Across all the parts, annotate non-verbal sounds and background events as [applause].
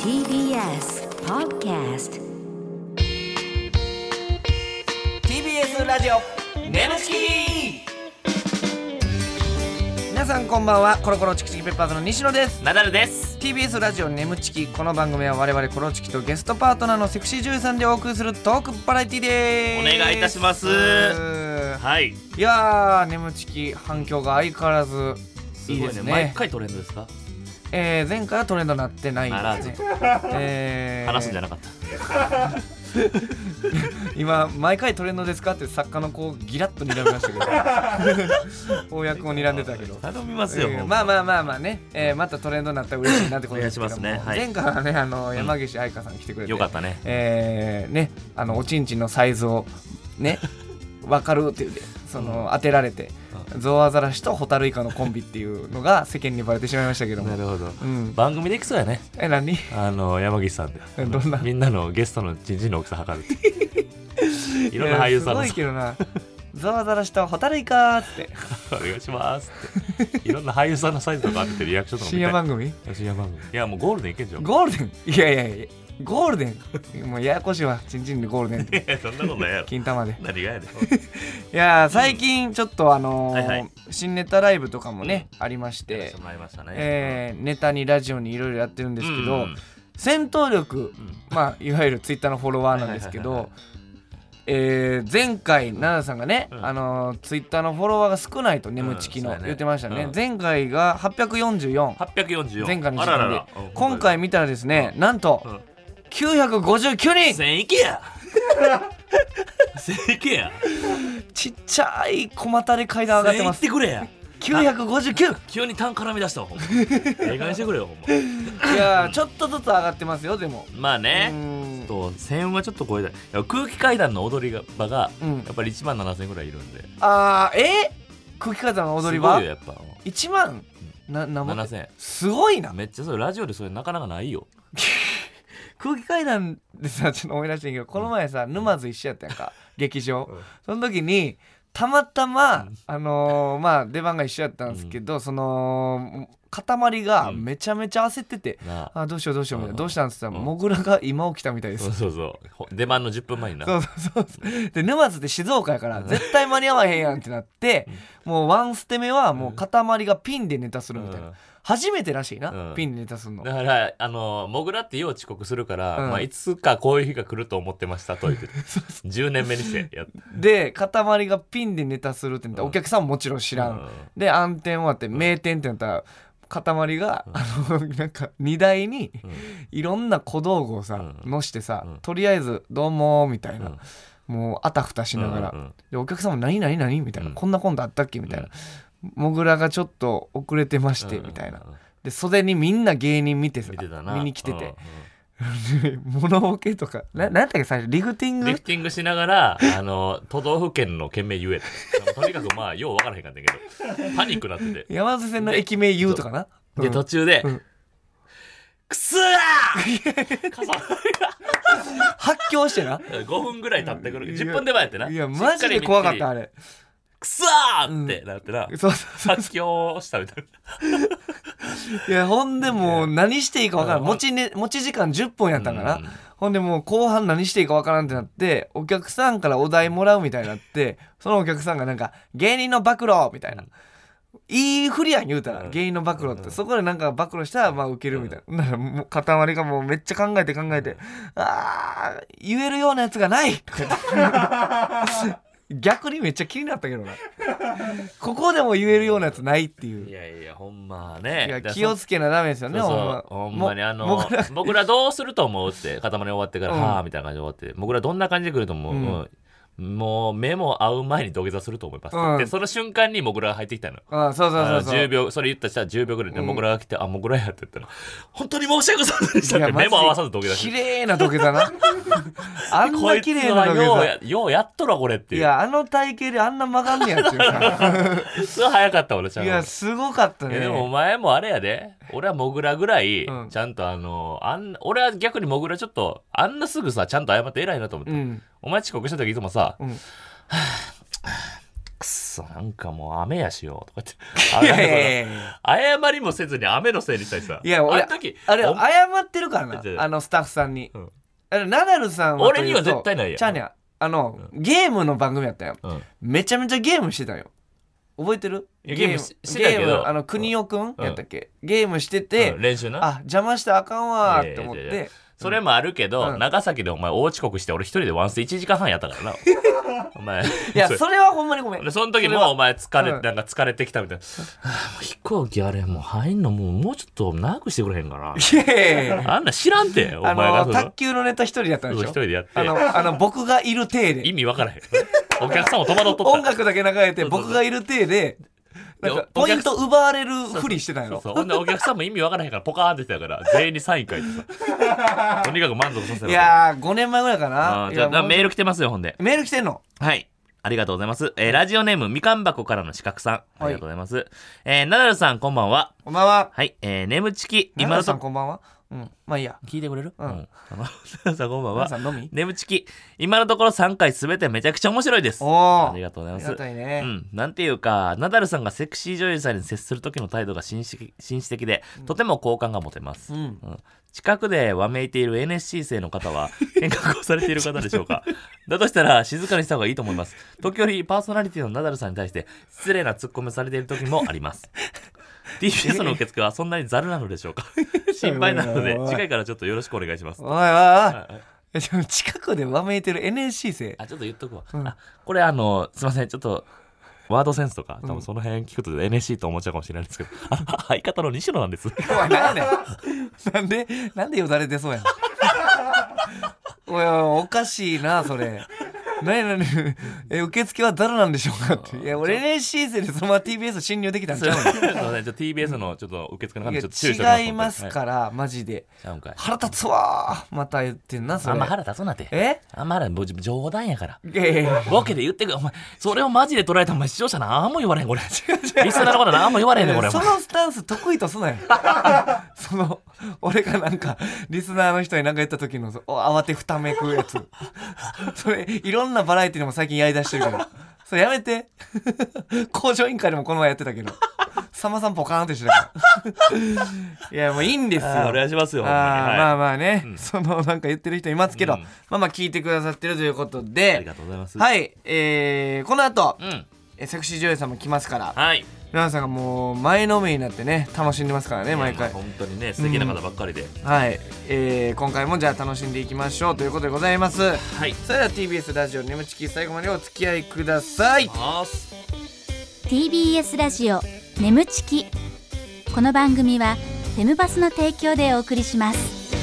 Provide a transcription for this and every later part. TBS Podcast TBS ラジオネムチ皆さんこんばんはコロコロチキチキペッパーズの西野ですキナダルです。 TBS ラジオネムチキこの番組は我々コロチキとゲストパートナーのセクシー女優さんでお送りするトークバラエティですお願いいたしますはい。いやーネムチキ反響が相変わらずすいいごいねですね毎回トレンドですか、えー、前回はトレンドになってないですね、えー話すんじゃなかった。今毎回トレンドですかって作家の子をギラッと睨みましたけど [laughs] 公約を睨んでたけど頼みますよ。えーもうまあまあまあまあね、えーまたトレンドになったら嬉しいなってことですけどもお願いしますねはい前回はねあの山岸愛香さん来てくれて、よかったね。えーねあのおちんちんのサイズを [laughs] ね分かるって言ってその、当てられてゾウアザラシとホタルイカのコンビっていうのが世間にバレてしまいましたけどもるほど。うん番組できそうやね。え何あの山岸さんで。えどんなみんなのゲストの人事の大きさ測 [laughs] るって。いろんな俳優さんのいやすごいけどなゾウアザラシとホタルイカーって [laughs] お願いしますって。いろんな俳優さんのサイズとかあってリアクションとか深夜番組。組深夜番組。いやもうゴールデンいけんじゃん。ゴールデンいやいやいやゴールデンもうややこしいわちんちんでゴールデン [laughs] ってい [laughs] やそんなことないやろ。金玉で何がやねん。いやー最近ちょっとあのーはいはい新ネタライブとかもね、ありまして、しまいましたね。えーネタにラジオにいろいろやってるんですけど、うん戦闘力、うんまあ、いわゆるツイッターのフォロワーなんですけはいはいど、えー前回奈々さんがね、うんあのーツイッターのフォロワーが少ないと眠ちきの、そうやね言ってましたね、うん前回が844 844前回の時あら点らでらうん今回見たらですねなんと、うん959人 [laughs] 1000いけや1000いけやちっちゃい小股で階段上がって1000いまっすてくれや959急に単絡み出したわほんまええ加減してくれよほんまいやーちょっとずつ上がってますよでもまあうねんと1000はちょっと超えたいいや空気階段の踊り場がうんやっぱり1万7000ぐらいいるんであーえ空気階段の踊りす場ごいよやっぱ1万ななも7000すごいなめっちゃそれラジオでそれなかなかないよ空気階段でさ [laughs] ちょっと思い出してんけどこの前さ沼津一緒やったやん [laughs] か劇場うんその時にたまたまあのーまあ出番が一緒やったんですけどその塊がめちゃめちゃ焦っててなああどうしようどうしようみたいなうんどうしたんって言ったらうんモグラが今起きたみたいですそうそうそうほ出番の10分前に [laughs] なそうそうそうで沼津って静岡やから絶対間に合わへんやんってなってもうワンステ目はもう塊がピンでネタするみたいな、うん初めてらしいな、うんピンでネタするのだからあのモグラってよう遅刻するから、うんまあ、いつかこういう日が来ると思ってましたと [laughs] 言ってた10年目にしてやっで塊がピンでネタするってなったらうんお客さんももちろん知らん、うんで暗転終わって名店ってなったら塊が、あのなんか荷台にうんいろんな小道具をさ、うんのしてさ、うんとりあえず「どうも」みたいな、うんもうあたふたしながら、うんうんでお客さんも「何何何?」みたいな、うんこんなコントあったっけ?」みたいな、モグラがちょっと遅れてまして」みたいな、うんうんうんで袖にみんな芸人見てさ見てたな見に来てて、う [laughs] 物ボケとかななんだっけ最初リフティンんグリフティングしながらあの都道府県の県名言えと [laughs] とにかくまあようわからへんかったけどパニックなってて山手線の駅名言うとかなで途中でうん「くすー!」傘発狂してな5分ぐらい経ってくるいや10分で前やってないいやマジで怖かったあれれ「くすー!」ってなってなそうそうそう発狂したみたいいやほんでもう何していいか分からんうん持ち,、ね、持ち時間10分やったんかな、うんほんでもう後半何していいか分からんってなってお客さんからお題もらうみたいにな [laughs] ってそのお客さんがなんか「芸人の暴露」みたいな、いいふりやん言うたら、うん芸人の暴露って、そこでなんか暴露したらまあウケるみたいな、なん、もう塊がもうめっちゃ考えて考えて、あー言えるようなやつがないとか言って [laughs] 逆にめっちゃ気になったけどなここでも言えるようなやつないっていうないいやいやほんまねや気をつけなダメですよねそうほんそうまほんまにもあの僕ら僕らどうすると思うって塊終わってから、うんはあみたいな感じで終わって僕らどんな感じで来ると思う、うんうんもう目も合う前に土下座すると思います、うんでその瞬間にモグラが入ってきたのあそうそうそうそうあの10秒それ言った人は10秒ぐらいでうんモグラが来て「あモグラや」って言ったら「本当に申し訳ございま [laughs] せんでした」いっやてマジ目でも合わさず土下座し綺て麗な土下座 [laughs] なあんこないつ綺麗なは土よう下やようやっとろこれっ座ていいうやあの体型であんな曲がんねやっていうさすごい早かった [laughs] 俺ちゃんいとやすごかったいねやでもお前もあれやで俺はモグラぐらいうんちゃんとあの、あん俺は逆にモグラちょっとあんなすぐさちゃんと謝って偉いなと思って、うんお前遅刻した時いつもさ「うんくくそなんかもう雨やしようとかい言っやいて。やいや謝りもせずに雨のせいにしたりさ。いや俺あの時、あれ謝おってるからじゃなああのスタッフさんに、うんあれナダルさんはというと俺には絶対ないやんちゃうねんあの、ゲームの番組やったようんめちゃめちゃゲームしてたよ覚えてるいやゲームししてたけどゲームあの国尾くんうんやったっけ、ゲームしてて、うん練習な。あ邪魔したらあかんわーって思っいやいやいやてそれもあるけど、うん長崎でお前大遅刻して俺一人でワンステ1時間半やったか [laughs] らな。お前。いや [laughs] そそれはほんまにごめんでその時それはもお前疲れ、うんなんか疲れてきたみたいな。はあもう飛行機あれ、もう入んのもうもうちょっと長くしてくれへん [laughs] かな。いやいやいやあんなん知らんて、おあ前がのそ卓の球のネタ一人やったんでそしうょ一人でやってあ、のあの僕がいる体で意味わからへん。お客さんも戸惑っとった。音楽だけ流れてそうそうそう僕がいる体でなんかでおおポ客イント奪われるふりしてたんやそうろそうほんでお客さんも意味わからへんからポカーンってしてたから全員にサイン書いてさとにかく満足させろいやー5年前ぐらいかなあーいじゃやあなもうメール来てますよほんでメール来てんのはいありがとうございます、えーラジオネームみかん箱からの四角さんありがとうございます、えーナダルさんこんばんはこんばんははいえー眠ちき今今田のさんとここんばんはうんまあいいや聞いてくれるうんあのナダルさんこんばん今田はさんのみ眠ちき今のところ3回すべてめちゃくちゃ面白いですおあおりがとうござあいまりすがたいうねん、なんていうかナダルさんがセクシー女優さんに接する時の態度が紳士紳士的でとても好感が持てます、うんうん近くでわめいている NSC 生の [laughs] 方は変革をされている方でしょうかだとしたら静かにした方がいいと思います時折パーソナリティのナダルさんに対して失礼なツッコミをされている時もあります [laughs] TBS の受付はそんなにざるなのでしょうか心配なので次回からちょっとよろしくお願いしますおいおいおいあえでも近くでわめいてる NSC 生あちょっと言っとくわ、うんあこれあのすいませんちょっとワードセンスとか多分その辺聞くと NSC と思っちゃうかもしれないですけど、 [laughs] あの相方の西野なんですおい何やねんなんでなんでよだれ出そうやねんおいおいおかしいなそれ何や何やえ受付は誰なんでしょうかっていや俺 NSC 生でそのまま TBS 侵入できたんすちいゃまうせんちょっとねちょっと TBS のちょっと受付のの方いにちょっと注意しておきや違いますはからマジでいちゃうんかい腹立つわーまた言ってんなそあんれま腹立つなってえあんま腹立つ冗談やからいやいやいやボケで言ってくれお前それをマジで捉えたらお前視聴者なんも言われへ [laughs] んこれリスナーのことなんも言われへんねこれおそ前のスタンス得意とす [laughs] なよその俺がなんかリスナーの人に何か言った時のそお慌てふためくや [laughs] つそれいろんなバラエティでも最近やりだしてるけどそれやめて [laughs] 工場委員会でもこの前やってたけどさんまさんポカーンってしてたからい [laughs] やもういいんですよあーお願いしますよあほんーまにはいまあまあね、んそのなんか言ってる人いますけど、うんまあまあ聞いてくださってるということありでがとうございますいはいえーこの後、うんえセクシー女優さんも来ますから、はい皆さんがもう前のめりになってね楽しんでますからね毎い回やまあ本当にね素敵な方ばっかりではい、えー今回もじゃあ楽しんでいきましょうということでございますはいそれでは TBS ラジオ「眠ちき」最後までお付き合いくださいあーす TBS ラジオ眠ちきこの番組はフェムバスの提供でお送りします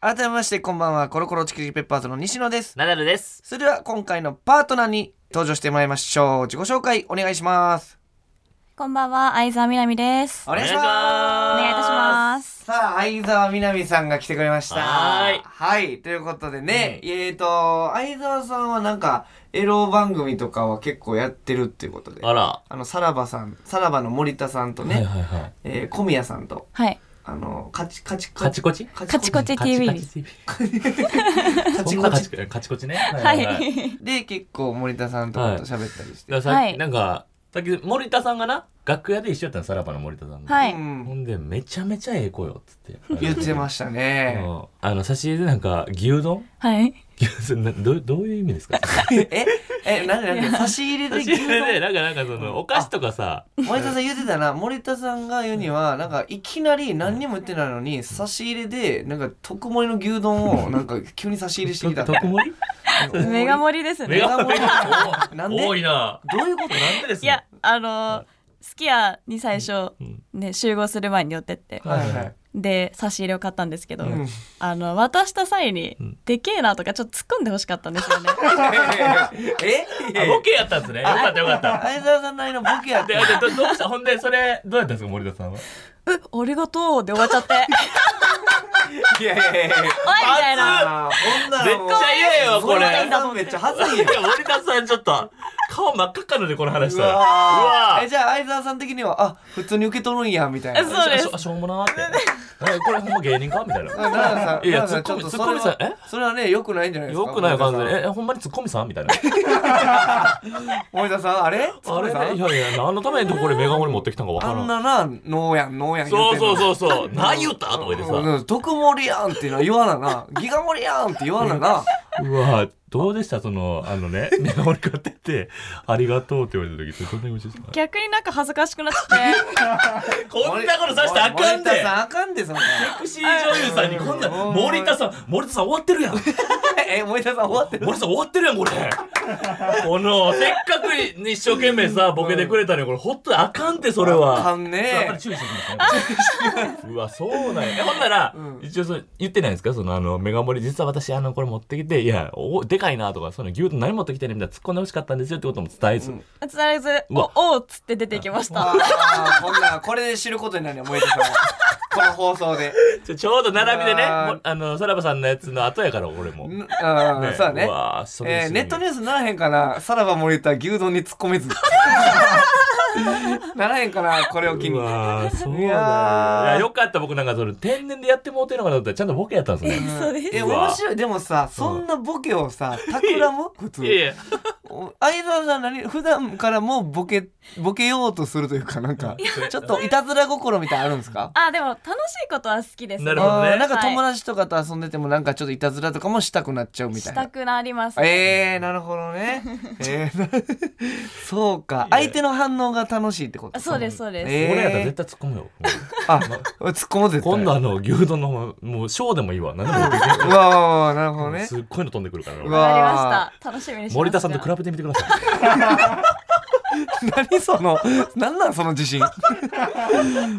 改めましてこんばんはコロコロチキチキペッパーズの西野ですナダルですそれでは今回のパートナーに登場してもらいましょう自己紹介お願いしますこんばんは、相沢みなみです。お願いしますお願いいたします。さあ相沢みなみさんが来てくれましたはーいはいということでね、うえーと相沢さんはなんかエロ番組とかは結構やってるっていうことであら。あのさらばさんさらばの森田さんとね、いはい。えー小宮さんとはい。あのカチカチカチコチカチコチ TV です。カチそんコなカチチコチ。カチコチね。は。はいい。で結構森田さんとかと喋ったりして、だからはさいなんか、さっき森田さんがな、楽屋で一緒やったの、さらばの森田さんが。はい。うんほんで、めちゃめちゃええ子よ、つって。言ってましたねうんあの、差し入れでなんか、牛丼はい。牛丼などうどういう意味ですかええ何何差し入れで差し牛入 [laughs] れで、丼なんか、なんかその、お菓子とかさ、森田さん言ってたな森田さんが言うにはなんかいきなり何にも言ってないのに差し入れでなんか特盛りの牛丼を [laughs] なんか急に差し入れしてきた特盛り [laughs] メガ盛りですメね。ガ盛りおなんで多いな。どういうことなんでですいや、あのー、すき家に最初うん、ね、集合する前に寄ってって、はいはい、で、差し入れを買ったんですけど、うんあの、渡した際にうん、でけえなとかちょっと突っ込んでほしかったんです [laughs] よね。えあ、ボケやったんですね。よかったよかった。相沢さんなりのボケやっで、てでどど [laughs] うしたほんで、それ、どうやったんですか、森田さんは。 [laughs] うありがとうで終わっちゃって。いやいやいやいやおいみたいな。あーこんなのもうめっちゃ嫌やわこれ森田さんめっちゃ恥ずいよ [laughs] いや森田さんちょっと顔真っ赤っかのでこの話しうたらわーうえじゃあ相沢さん的にはあ普通に受け取るんやみたいなえそうですしょしょうもなーってえこれほんま芸人かみたいな奈良さんいや奈良さんツッコミちょっとそれはツッコミさんえそれはね良くないんじゃないですよかくない感じ森田さんでえほんまにツッコミさんみたいな森田さんあれあ森れ田さねいんやいや何のためにこれメガ盛り持ってきたんかわかあらんんななノーやんノーやんそうそううそうそう [laughs] 何言ったとか言ってさうん特盛りやんっていうのは言わななギガ盛りやんって言わななうわどうでしたそのあ [laughs] のねメガ盛り買っててありがとうって言われた時どんな気持ちでした逆になんか恥ずかしくなっちゃって。 [laughs] こんなことさしてあかん森田でさんあかんでそん [laughs] なセクシー女優さんにこんな森田さん森田さん終わってるやんえ森田さん終わってる森さん終わってる [laughs] やんこれこのせっかくに一生懸命さボケてくれたのにこれほっとあかんってそれはあかんねやっぱり注意してくだ [laughs] さいうわそうなんやえほんなら、うん一応その言ってないんですかそのあのメガ盛り実は私あのこれ持ってきていやおでかいなとかその牛丼何持ってきてねみたいな突っ込んでほしかったんですよってことも伝えず、うん [laughs] とりあえず、うわお、おうっつって出ていきました。あーこんなこれで知ることになるよ森田さんはこの放送でちょちょうど並びでねうわーもあのさらばさんのやつの後やから俺も、んうん、そうだねわーそれえーすごいネットニュースならへんかなさらば森田牛丼に突っ込めず [laughs] ならへんかなこれを機にうわーそうなんいややーいやよかった僕なんかその天然でやってもうてんのかなと思ったらちゃんとボケやったんですね [laughs] そうですえうわ面白いでもさそんなボケをさ企む普通いやいやお相沢さん何普段からもボケボケようとするというかなんかちょっといたずら心みたいなのあるんですかあ、でも楽しいことは好きです、なるほどあねーなんか友達とかと遊んでてもなんかちょっといたずらとかもしたくなっちゃうみたしいなたくなります。えー、なるほど [laughs] ね。えー、 [laughs] そうか。相手の反応が楽しいってことあそうです、そうです。えー俺やったら絶対突っ込むよあ、突っ込もう [laughs] 絶対。今度は。あの牛丼のもうもうショーでもいいわ何でも持ってきてうわうわうわなるほどね。すっごいの飛んでくるからう俺わわかりました。楽しみにします。森田さんと比べてみてください [laughs] 何その、なんなんその [laughs] 自信。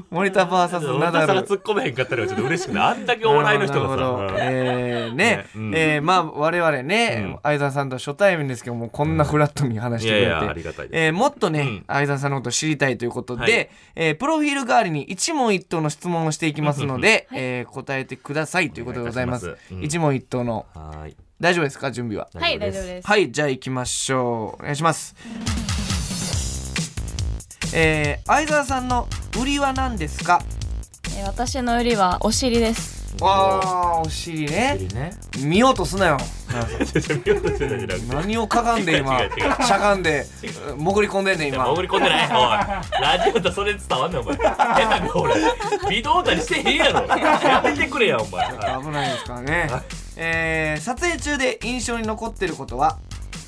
森田 VS ナ森ダ田さんがル。突っ込めへんかったらちょっと嬉しくてあんだけお笑いの人ながるほどなるほどさえー、ねね、うんえーまあ我々ね、うん相沢さんと初対面ですけどもこんなフラットに話いしてくれやいて、やありがたいですえーもっとね、うん相沢さんのことを知りたいということで、はいえープロフィール代わりに一問一答の質問をしていきますので、えー答えてくださいということでございますお願いいたしますうん一問一答のはーい大丈夫ですか準備ははい、大丈夫です。はいじゃあ行きましょうお願いしますえー、相沢さんの売りは何ですかえー私の売りはお尻です。わあお尻おね尻 [laughs] ね見ようとす [laughs] なよちょちょ見ようとしてないじゃなくて何をかがんで今違う違う違しゃがんで潜り込んでんねん今潜り込んでないおいラジオだそれ伝わんねんお前変な俺微動だにしてへんやろやめてくれやお前はい危ないですからねはいえー、撮影中で印象に残ってることは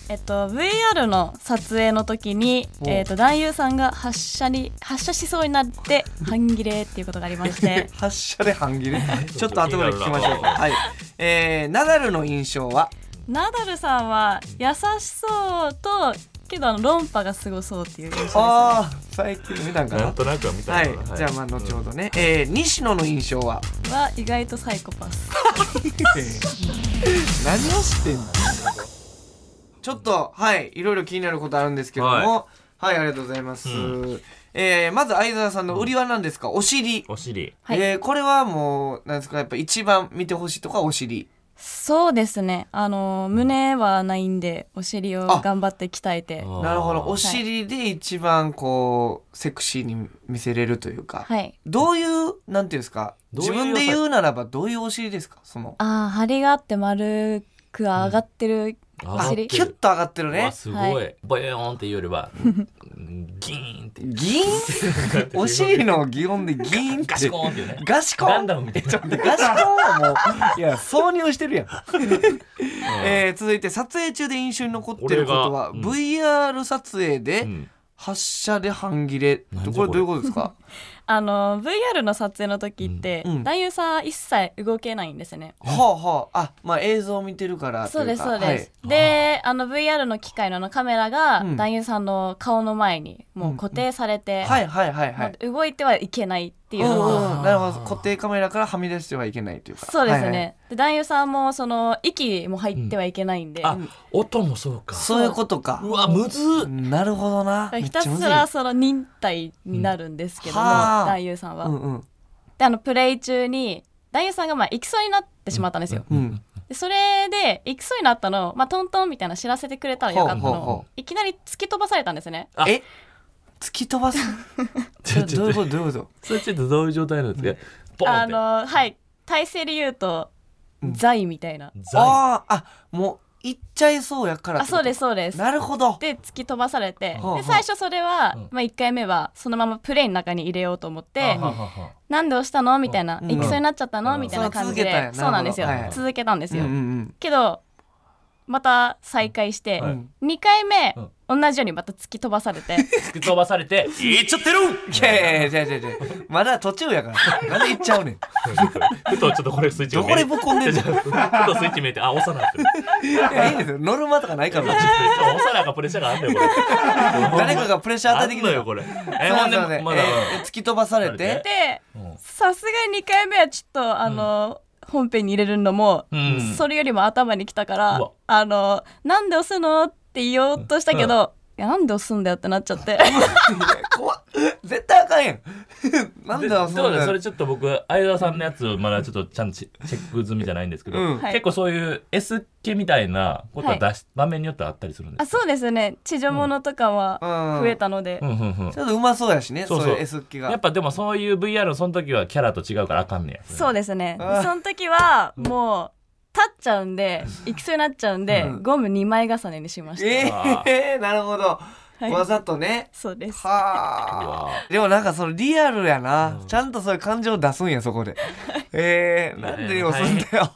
えっと VR の撮影の時におえっと男優さんが発射に発射しそうになって [laughs] 半切れっていうことがありまして発射で半 [laughs] 切れちょっと後で聞きましょうかなるほどはいえー、ナダルの印象はナダルさんは優しそうとけどあの論破がすごそうっていう印象です、ね、ああ最近見たんかななんとなくは見たはよいな、じゃあまあ後ほどね、えー、西野の印象 [laughs] はは意外とサイコパス何をしてんのちょっとはいいろいろ気になることあるんですけどもはい、ありがとうございます、えー、まず相沢さんの売りは何ですかお尻お尻はいえーこれはもうなんですかやっぱ一番見てほしいとこはお尻そうですねあの胸はないんでお尻をあ頑張って鍛えてなるほどおお尻で一番こうセクシーに見せれるというか、はいどういうなんていうんですかどういう自分で言うならばどういうお尻ですかそのああ張りがあって丸く上がってる、おあ尻キュッと上がってるねすはごいボヨーンっていうよりはうんギーン [laughs] ってギンお尻の擬音でギンって [laughs] ガシコーンっていうねガシコガンンダムみたいなでガシコンは [laughs] もういや挿入してるやん、え [laughs] えー、続いて撮影中で印象に残ってることは、俺が VR 撮影でん発射で半切れ、なんじゃこれどこういうこれとですかあの VR の撮影の時って、うんうん男優さん一切動けないんですよね。はあはああまあ映像を見てるからとそういでかすそうです、であの VR の機械のあのカメラがうん男優さんの顔の前にもう固定されて、はい、はいはいはいはいもう動いてはいけないっていううんのが、うんなるほど固定カメラからはみ出してはいけないというかそうですね、はいはいで男優さんもその息も入ってはいけないんで、あ音もそうかそういうことかうわむずっなるほどなひたすめっちゃらその忍耐になるんですけども、うんはあ男優さんは。むずいうんうんであのプレイ中に男優さんがまあ行きそうになってしまったんですよ、うんでそれで行きそうになったのを、まあ、トントンみたいなの知らせてくれたらよかったのほうほうほをいきなり突き飛ばされたんですねあえ突き飛ば [laughs] すちょどういうことどういうことそれちょっとどういう状態なんですかポンあってのはい体勢で言うと罪みたいな、ザあああもう行っちゃいそうやからあそうですすそうですなるほどで突き飛ばされてはあで最初それは、うんまあ、1回目はそのままプレイの中に入れようと思っイてあははは「なんで押したの?」みたいなう「ん行きそうになっちゃったの?」うんみたいな感じそう続けたんやでなそうなんですよ、はいはい続けたんですうんよ、うんうんけどまた再開して、うはいん2回目、う同じようにまた突き飛ばさ [laughs] れて突き飛ばされて「いっちゃってる!」いやいやいやいやいやまだ途中やからなんで行っちゃうねんふとちょっとこれスイッチどこでぶっこんでんのふとスイッチ見えてあ押さ [laughs] なっていやいいですよノルマとかないから押さなかプレッシャーがあんだよこれ誰かがプレッシャー与えてきあんてのよこれええほほんんででまだ、えまだー突き飛ばされてえでうんさすがに2回目はちょっとあの、本編に入れるのも、うんそれよりも頭にきたかうわら「あのなんで押すの?」って言おうとしたけど「いやなんで押すんだよ」ってなっちゃって。怖っ [laughs] 絶対あかんやん [laughs] なんでで遊んどうだだそれちょっと僕相沢さんのやつまだちょっとちゃんとチェチェック済みじゃないんですけど、うんはい結構そういう S 系みたいなことは出し、場面によってはあったりするんであすそうですね地上物とかはうん増えたので、うんうんうんちょっとうまそうやしねそそううそういう S 気がやっぱでもそういう VR のその時はキャラと違うからあかんねやそうですねあーでその時はもう立っちゃうんで行きそうになっちゃうんで、うんゴム2枚重ねにしました、えあえー、 [laughs] なるほど、はいわざとねそうですうはあわでもなんかそのリアルやな、ちゃんとそういう感情出すんやそこでえー、なんでよすんだよ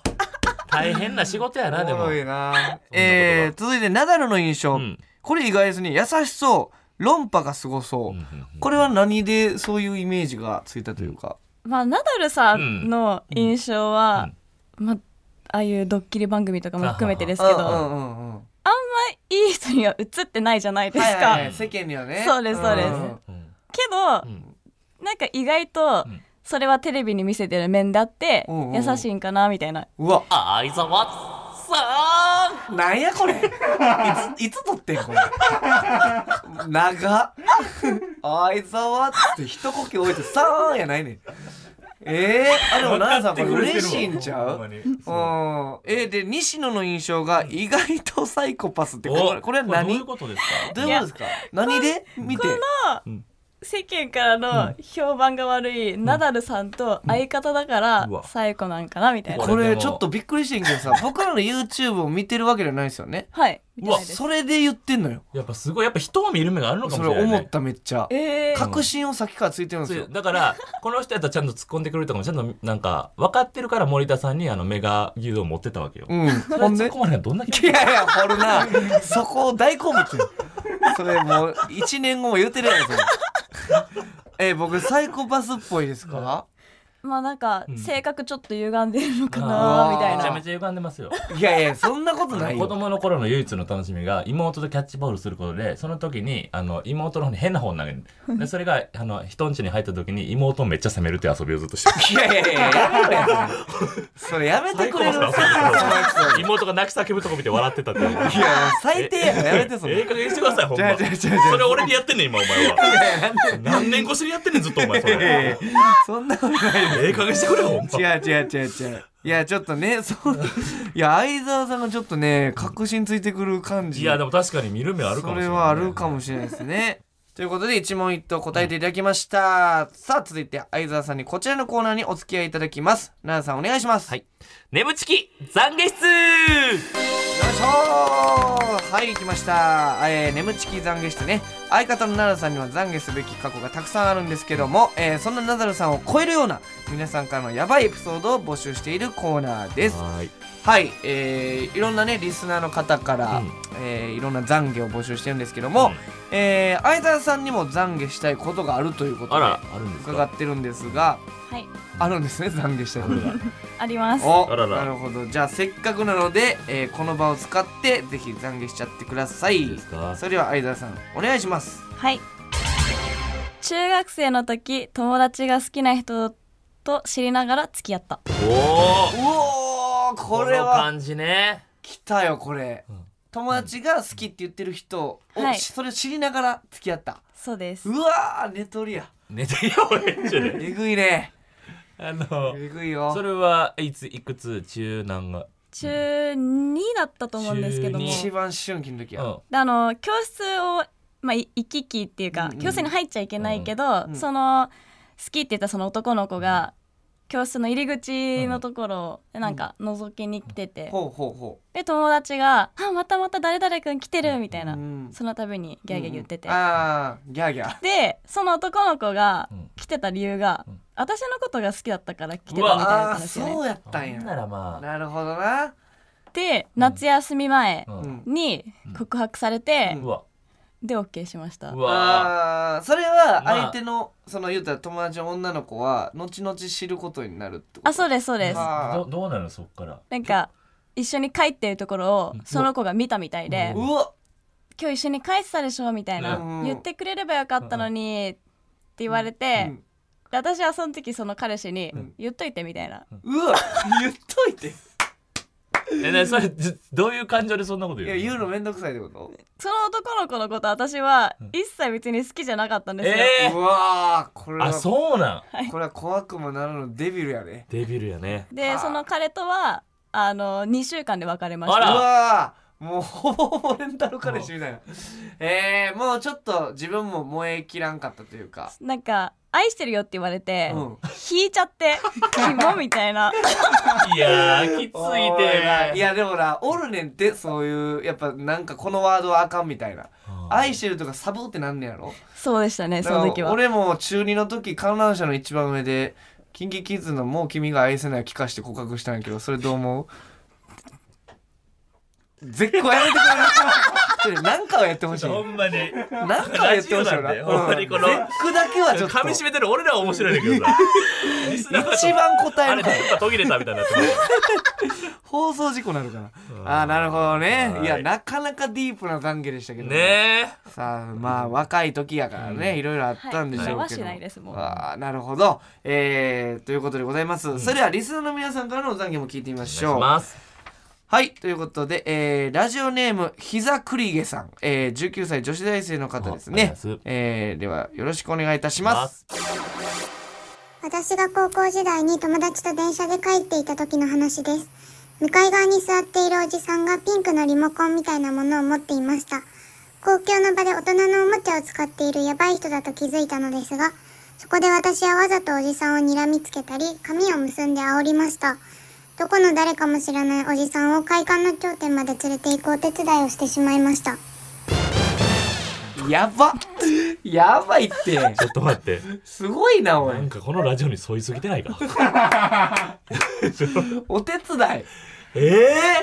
大変な仕事やなでおももろいなえー、続いてナダルの印象、うんこれ意外ですね優しそう論破がすごそう、うんうんうんこれは何でそういうイメージがついたというか、まあナダルさんの印象は、まあああいうドッキリ番組とかも含めてですけど、うんまあうんうんうんいい人には映ってないじゃないですか、はいはいはい、世間にはねそうですそうですんうんけど、うんなんか意外とんそれはテレビに見せてる面であって、うんうんうん優しいんかなみたいなうわ相沢さんなんやこれいついつ撮ってんこれ長っ相沢って一呼吸置いてさーんやないねんえー、あでも奈々さんこれ嬉しいんちゃほんまうにうんえー、で西野の印象が意外とサイコパスってこれおこれはどうい何うどことですういうことですか何で見て世間からの評判が悪いナダルさんと相方だからうわ最後なんかなみたいな、ここれでれもちょっとびっくりしてんけどさ僕らの YouTube を見てるわけじゃないですよねはいみうたわいですそれで言ってんのよかやっぱすごいやっぱ人を見る目があるのかそもしれれない、ね、思っためっちゃえー、確信を先からついてるんですよだからこの人やったらちゃんと突っ込んでくれるとかもちゃんとなんか分かってるから森田さんにあのメガ牛丼持ってったわけよ、うんそれほん突でっ込まれたらどんな気持いちやいや、掘るな。そこ大好物よ。それもう、1年後も言うてるやん、それ。え、僕、サイコパスっぽいですかまあなんかん性格ちょっと歪んでるのかあーなみたいめちゃなめちゃ歪んでますよいやいや、そんなことない子よ。供の頃の唯一の楽しみが妹とキャッチボールすることでその時にあの妹の方に変な方を投げるでそれがあの人ん家に入った時に妹をめっちゃ責めるっていう遊びをずっとしていやるいやいや、やめろや。それそれやめて [laughs] 最く高れでるすいよや妹が泣き叫ぶとこ見て笑ってたっていういや、最低やからやめて、そええれ。加減にしてくださいほんじゃまあじゃあじゃあじゃあそれ俺にやってんねん今お前は何年越しにやってんねんずっとお前そいやいれやそんなことないよ。ええ加減にしてくれよほんま違う違う違う違う。いや、ちょっとね、そう、いや、相沢さんがちょっとね、確信ついてくる感じ。いやでも確かに見る目あるかもしれないそれはあるかもしれないですね。 [laughs] ということで一問一答答えていただきました。さあ続いて相沢さんにこちらのコーナーにお付き合いいただきます。奈々さんお願いします。はい眠ちき懺悔室よいしょーはい来ました。えー、眠ちき懺悔してね。相方の奈良さんには懺悔すべき過去がたくさんあるんですけども、えーそんなナダルさんを超えるような皆さんからのヤバいエピソードを募集しているコーナーです。はいはい、えーいろんなねリスナーの方から、うんえーいろんな懺悔を募集してるんですけども、うんえー相沢さんにも懺悔したいことがあるということあでらあるんです伺かってるんですがはいあるんですね懺悔したいことが。ありますおあららなるほどじゃあせっかくなので、えーこの場を使ってぜひ懺悔しちゃってくださいいいですかそれでは相沢さんお願いしますはい中学生の時友達が好きな人と知りながら付き合ったおおうおーこれのは感じね来たよこれ、うん友達が好きって言ってる人を、はいしそれを知りながら付き合ったそうですうわー寝取りや寝てよ俺っちゅうねえぐいね。あのえぐいよそれはいついくつ中何が中2だったと思うんですけども中一で番思春期の時や、うんあの教室を、まあ、い行き来っていうか、うんうん教室に入っちゃいけないけど、うんその好きって言ったその男の子が教室の入り口のところをなんか覗きに来てて、ほうほうほ、で友達が「あまたまた誰々君来てる」みたいうな、んその度にギャーギャー言ってて、うんああギャーギャーでその男の子がうん来てた理由が、うん私のことが好きだったから来てたみたいだあったあんですよそね。うやったんほんなやらまあなるほどな、で夏休み前うんうん、に告白されて、うんうわで OK しましたう。わあーそれはまあ相手のその言うたら友達の女の子は後々知ることになるってことあそうですそうです。あどどうなのそっからなんか一緒に帰ってるところをうんその子が見たみたいでうわ「今日一緒に帰ってたでしょ」みたいなう「ん言ってくれればよかったのに」って言われてで私はその時その彼氏にん「言っといて」みたいなうわ [laughs] 言っといてえねそれずどういう感情でそんなことい言うやの言うのめんどくさいってことその男の子のこと私はうん一切別に好きじゃなかったんですよ、えうわーこれー、あはそうなんこれは怖くもならぬデビルやねデビルやねあでーその彼とはあの2週間で別れまあしうらたわーもうほぼほぼレンタル彼氏みたいなえー、もうちょっと自分も燃えきらんかったというかなんか「愛してるよ」って言われて、うん引いちゃって [laughs] 「キモ」みたいないやーきついておいいやでもなおるねんってそういうやっぱなんかこのワードはあかんみたいな愛してるとかサボってなんねやろそうでしたねそだのか時らは俺も中二の時観覧車の一番上で KinKiKids の「もう君が愛せない」を聞かして告白したんやけどそれどう思う絶好やめてくれよちょっとなんかはやってほしいほんまになんかはやってほしいよなラジオなんだよほんまにこの絶句だけはちょっと噛み締めてる俺らは面白いねん [laughs] だけどさリスナーは一番答あえれるどかっらか途切れたみたいになってる放送事故なるからうんああーなるほどねはいいやなかなかディープな懺悔でしたけどねさあまあ若い時やからね、いろいろあったんでしょうけど、はいそれはしないですもんああなるほど、えーということでございます、それではリスナーの皆さんからのお懺悔も聞いてみまえしょうますはいということで、えーラジオネームひざくりげさん、えー19歳女子大生の方ですあありねがとうございます、えーではよろしくお願いいたします私が高校時代に友達と電車で帰っていた時の話です。向かい側に座っているおじさんがピンクのリモコンみたいなものを持っていました。公共の場で大人のおもちゃを使っているやばい人だと気づいたのですが、そこで私はわざとおじさんを睨みつけたり、髪を結んで煽りました。どこの誰かも知らないおじさんを会館の頂点まで連れて行くお手伝いをしてしまいました。やば [laughs] やばいってちょっと待ってすごいなおいなんかこのラジオに沿いすぎてないかお手伝いえ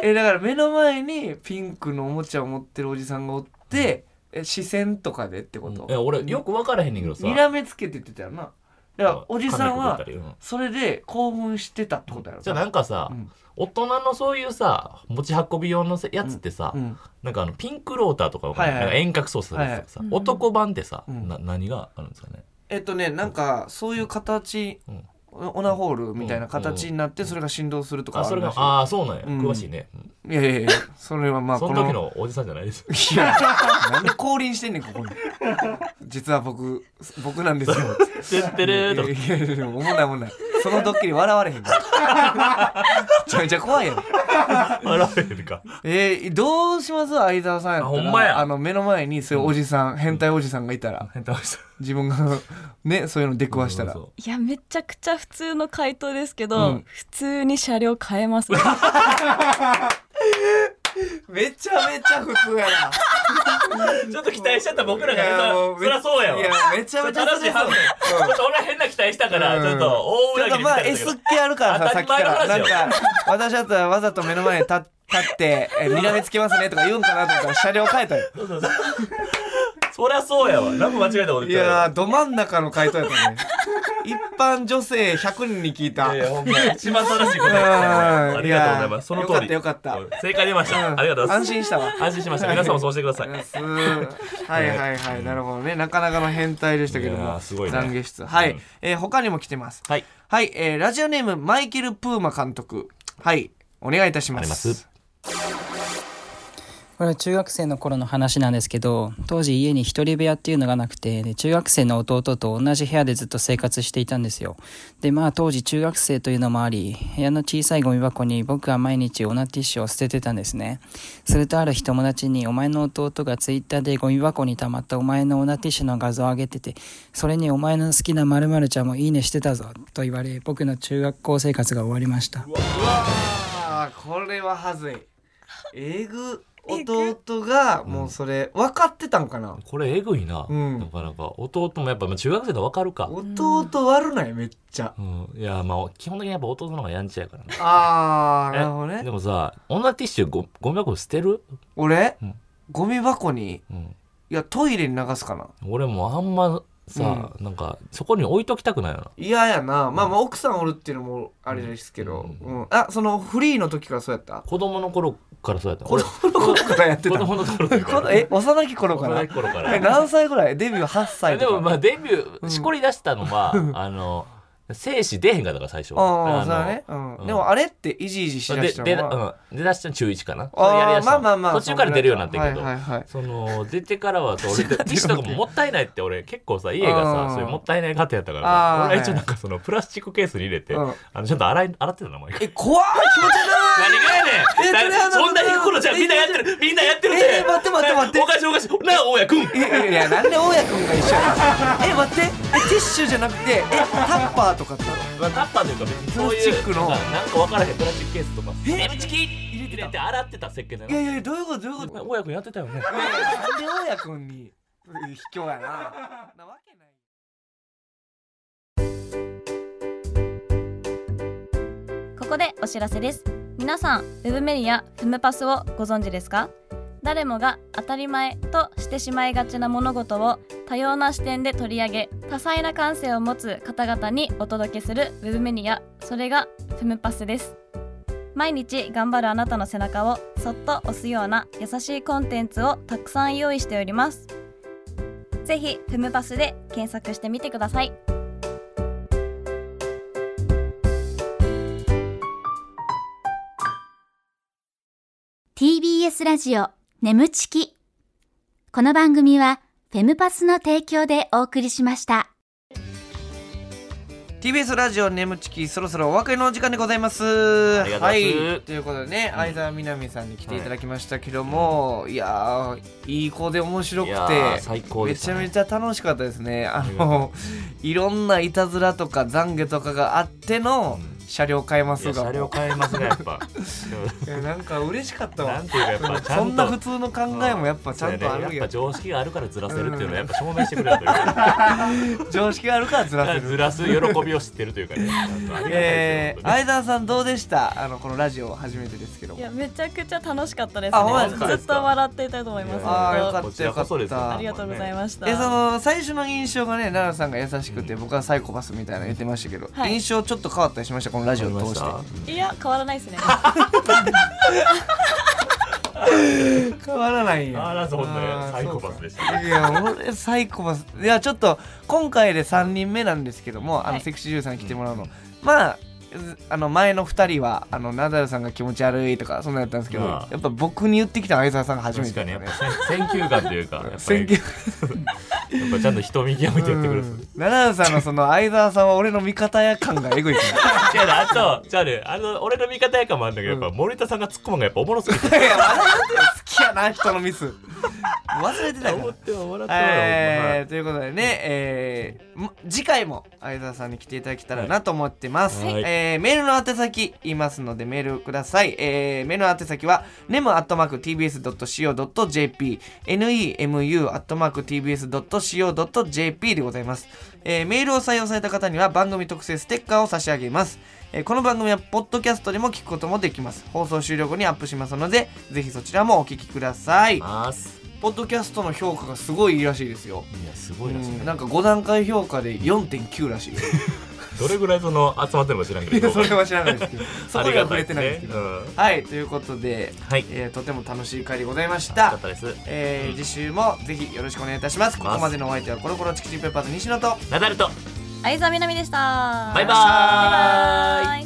えだから目の前にピンクのおもちゃを持ってるおじさんがおって、え視線とかでってこと、え俺よく分からへんねんけどさにらめつけてって言ってたよなだからおじさんはそれで興奮してたってことやろじゃあなんかさ、うん大人のそういうさ持ち運び用のやつってさ、うんなんかあのピンクローターとかわかんないはいはいなんか遠隔操作のやつとかさ、はいはい男版ってさ、うんな何があるんですかね、えっとねなんかそういう形、うんオナホールみたいな形になってそれが振動するとかあそるれがらしいああそうなんや、うん詳しいね、うんいやいやいやそれはまあ [laughs] そこのの時のおじさんじゃないですいやなんで降臨してんねんここに [laughs] 実は僕僕なんですよ知ってるーといやいやいやおもんないおもんないそのドッキリ笑われへんから [laughs] めちゃめちゃ怖いやん笑え [laughs] るかえー、どうします相沢さんやったらあほんまやあの目の前にそういうおじさん、変態おじさんがいたら変態おじさん自分がねそういうの出くわしたらそういやめちゃくちゃ普通の回答ですけど、うん普通に車両変えますねめちゃめちゃ普通やなそうちょっと期待しちゃった僕らがいやもうそりゃそうやわいやめちゃめちゃ正しい反面そうちょっと俺は変な期待したから、うんちょっと大なん裏切かりみまあたいな S っ気あるからさ当さたっきりか前のら話なんよか私だったらわざと目の前に立 [laughs] 立って「え睨みつけますね」とか言うんかなと思ったら車両変えたよそりゃそうやわ何も間違えたこと言いってないやーど真ん中の回答やったね一般女性100人に聞いたいやいやほんま一番正しいことですうんありがとうございます。そいやの通り。よかったよかっ正解出ました。うんありがとうございます。安心したわ安心しました。皆さんもそうしてください。すはいはいはい、なるほどねなかなかの変態でしたけどいやもーすごいね懺悔室はい、うんえー他にも来てますはい。はい、えーラジオネームマイケル・プーマ監督はいお願いいたしあまりすます。これは中学生の頃の話なんですけど当時家に一人部屋っていうのがなくてで中学生の弟と同じ部屋でずっと生活していたんですよでまあ当時中学生というのもあり部屋の小さいゴミ箱に僕は毎日オナティッシュを捨ててたんですねするとある日友達にお前の弟がツイッターでゴミ箱に溜まったお前のオナティッシュの画像を上げててそれにお前の好きな〇〇ちゃんもいいねしてたぞと言われ僕の中学校生活が終わりましたあーこれははずいえぐ弟がもうそれ分かってたんかな、これえぐいな、うんなかなか弟もやっぱまあ中学生のわかるか、弟悪ないめっちゃうん、いやまあ基本的にやっぱ弟の方がやんちゃやからねあーなるほどえでねもさ女ティッシュごゴミ箱捨てる、俺、うんゴミ箱にうん、いやトイレに流すかな俺もあんまさ、なんかそこに置いときたくないよな嫌やなまあまあ奥さんおるっていうのもあれですけど、ううんあそのフリーの時からそうやった子供の頃からそうやった子供の頃からやって子た供の頃からこのえ幼き頃か幼いら頃からえ何歳ぐらいデビュー8歳でとかもまあデビュうーんしこり出したの [laughs] は、あの精子出へんかったから最初ああのそうだね、うんでもあれってイジイジしだでしたで、のはうん、出だしたの中1かなあーやりだしたまあのまあまあ途中から出るようになってんけど、はいはいはいその出てから [laughs] はと俺ティッシュとかももったいないって俺結構さ家があーさそういうもったいない家庭やったかあーら俺ははい一応なんかそのプラスチックケースに入れて、うんあのちゃんと洗い洗ってたの毎回。え怖い気持ち [laughs] 何がやねえそんれはだそんなにこのちゃんみんなやってるみんなやってるってえ待って待って待っておかしいおかしいなあ大家君悪いいやいやなんで大家君が一緒やねんえ待ってえティッシュじゃなくてえタッパーとかってまあ、タッパーというか別にそういうプラスチックのなんかなんか分からへんプラスチックケースとかえネムチキ入れて洗ってた設計だいやないやどういうことどういうこと親子やってたよなんねで大家君に卑怯やななわけないここでお知らせです皆さんウェブメディアフムパスをご存知ですか誰もが当たり前としてしまいがちな物事を多様な視点で取り上げ多彩な感性を持つ方々にお届けするウェブメディアそれがフムパスです毎日頑張るあなたの背中をそっと押すような優しいコンテンツをたくさん用意しておりますぜひフムパスで検索してみてくださいー TBS ラジオ眠ちきこの番組はフェムパスの提供でお送りしました TBS ラジオ眠ちきそろそろお別れのお時間でございます。りがとうごはざいいます、ということでね、相沢みなみさんに来ていただきましたけども、い、やーいい子で面白くいてやー最高でめしちた、ゃね、めちゃ楽しかったですね。あありがのいろんないたずらとか懺悔とかがあっての車両買いますいやが、車両変えますがやっぱいやなんか嬉しかったなわん。ていうかやっぱちゃそんとんな普通の考えもやっぱちゃんとあそうやるねよやっぱ常識があるからずらせるっていうのはやっぱ証明してくれるというか常識があるからずらせる。 [laughs] ずらす喜びを知ってるというかねなんかありがたいでえすー、よ相沢さんどうでしたあのこのラジオ初めてですけどもいやめちゃくちゃ楽しかったですあほんまですねかずっと笑っていたいと思いますああよ本当かこっちたらよかこっそですたありがとうございましたえその最初の印象がね奈良さんが優しくて、僕はサイコパスみたいなの言ってましたけど、はい印象ちょっと変わったりしましたこのラジオを本当通にしてあいや変わらな [laughs] いですね変わらないんりましたあらそんなあーサイコパスでしたそうかいや俺サイコパスいやちょっと今回で3人目なんですけども、あはのいセクシージューさんに来てもらうの、まあずあの前の2人はあのナダルさんが気持ち悪いとかそんなんやったんですけど、まあやっぱ僕に言ってきたのは相沢さんが初め確てかでにすやっねぱ選球眼というかやっぱり宣言やっぱちゃんと人見極めてやってくれる。うん奈良さんのその相沢さんは俺の味方や感がえぐいから違うなあと、じゃあね、あの、俺の味方やかもあるんだけど、やっぱ森田さんが突っ込むのがやっぱおもろすぎ [laughs] て。いや笑うの好きやな人のミス忘れてた思かっては笑ってらはえー、ということでね、えーも次回も相沢さんに来ていただけたらなと思ってます、はいえーメールの宛先言いますのでメールください、えーメールの宛先は nemu.tbs.co.jp nemu.tbs.co.jp でございます、えーメールを採用された方には番組特製ステッカーを差し上げますえーこの番組はポッドキャストでも聞くこともできます放送終了後にアップしますのでぜひそちらもお聞きくださいます。ポッドキャストの評価がすごいいいらしいですよいや、すごいらしいねうん。なんか5段階評価で4.9らしいよどれぐらいその、集まってるのか知らんけいや [laughs] ど。それは知らないですけど [laughs] そこには触れてないですけどありがはいということで、たいですねうんはい。えーとても楽しい回でございました楽しかったです。えー次週もぜひよろしくお願いいたしますここまでのお相手はコロコロチキチキペッパーズ西野とナダルと、相沢みなみでしたバイババーイバイバイ